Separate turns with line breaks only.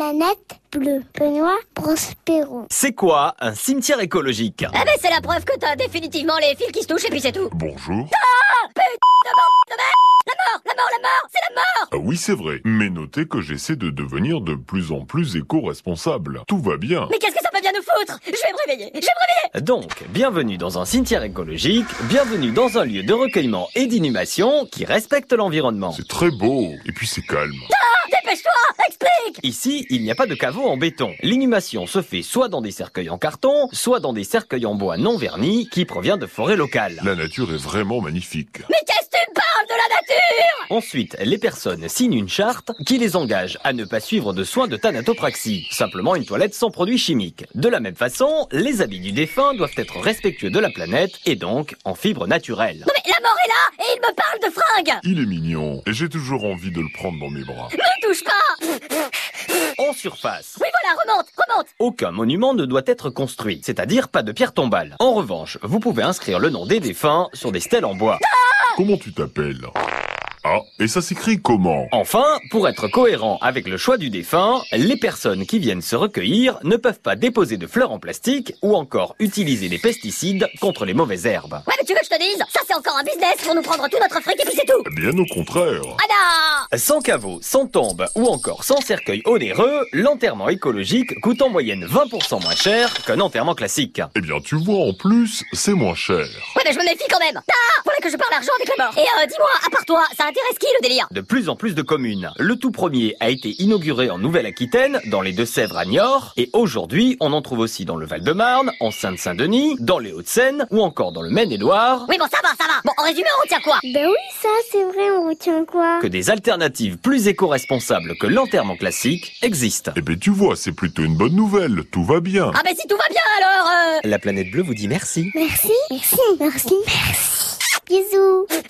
Planète bleue. Benoît Prospero.
C'est quoi un cimetière écologique
Ah ben c'est la preuve que t'as définitivement les fils qui se touchent et puis c'est tout.
Bonjour.
Ah putain de mort, de merde La mort, la mort, la mort, c'est la mort
Ah oui, c'est vrai. Mais notez que j'essaie de devenir de plus en plus éco-responsable. Tout va bien.
Mais qu'est-ce que ça peut bien nous foutre Je vais me réveiller, je vais me réveiller
Donc, bienvenue dans un cimetière écologique, bienvenue dans un lieu de recueillement et d'inhumation qui respecte l'environnement.
C'est très beau. Et puis c'est calme.
Ah, Dépêche-toi, explique
Ici, il n'y a pas de caveau en béton. L'inhumation se fait soit dans des cercueils en carton, soit dans des cercueils en bois non vernis qui provient de forêts locales.
La nature est vraiment magnifique.
Mais qu'est-ce que tu me parles de la nature
Ensuite, les personnes signent une charte qui les engage à ne pas suivre de soins de thanatopraxie, simplement une toilette sans produits chimiques. De la même façon, les habits du défunt doivent être respectueux de la planète et donc en fibres naturelles.
Non mais la mort est là et il me parle de fringues
Il est mignon. Et j'ai toujours envie de le prendre dans mes bras.
Me touche pas
En surface,
Oui voilà, remonte, remonte
aucun monument ne doit être construit, c'est-à-dire pas de pierre tombale. En revanche, vous pouvez inscrire le nom des défunts sur des stèles en bois.
Comment tu t'appelles Ah, et ça s'écrit comment
Enfin, pour être cohérent avec le choix du défunt, les personnes qui viennent se recueillir ne peuvent pas déposer de fleurs en plastique ou encore utiliser des pesticides contre les mauvaises herbes.
Ouais mais tu veux que je te dise Ça c'est encore un business pour nous prendre tout notre fric et puis c'est tout
Bien au contraire.
Ah
Sans caveau, sans tombe ou encore sans cercueil onéreux, l'enterrement écologique coûte en moyenne 20% moins cher qu'un enterrement classique.
Eh bien, tu vois, en plus, c'est moins cher.
Ouais mais je me méfie quand même Ah Voilà que je parle argent avec les morts Et euh, dis-moi, à part toi, ça intéresse qui le délire
De plus en plus de communes. Le tout premier a été inauguré en Nouvelle-Aquitaine, dans les Deux-Sèvres à Niort, et aujourd'hui, on en trouve aussi dans le Val-de-Marne, en Seine-Saint-Denis, dans les Hauts-de-Seine, ou encore dans le Maine-et-Loire,
Oui bon ça va, ça va Bon en résumé on retient quoi
Ben oui, ça, c'est vrai, on retient quoi
que des alternatives plus éco-responsables que l'enterrement classique existent.
Eh bien, tu vois, c'est plutôt une bonne nouvelle. Tout va bien.
Ah mais si tout va bien alors euh...
La planète bleue vous dit merci.
Merci, merci, merci, merci. Bisous.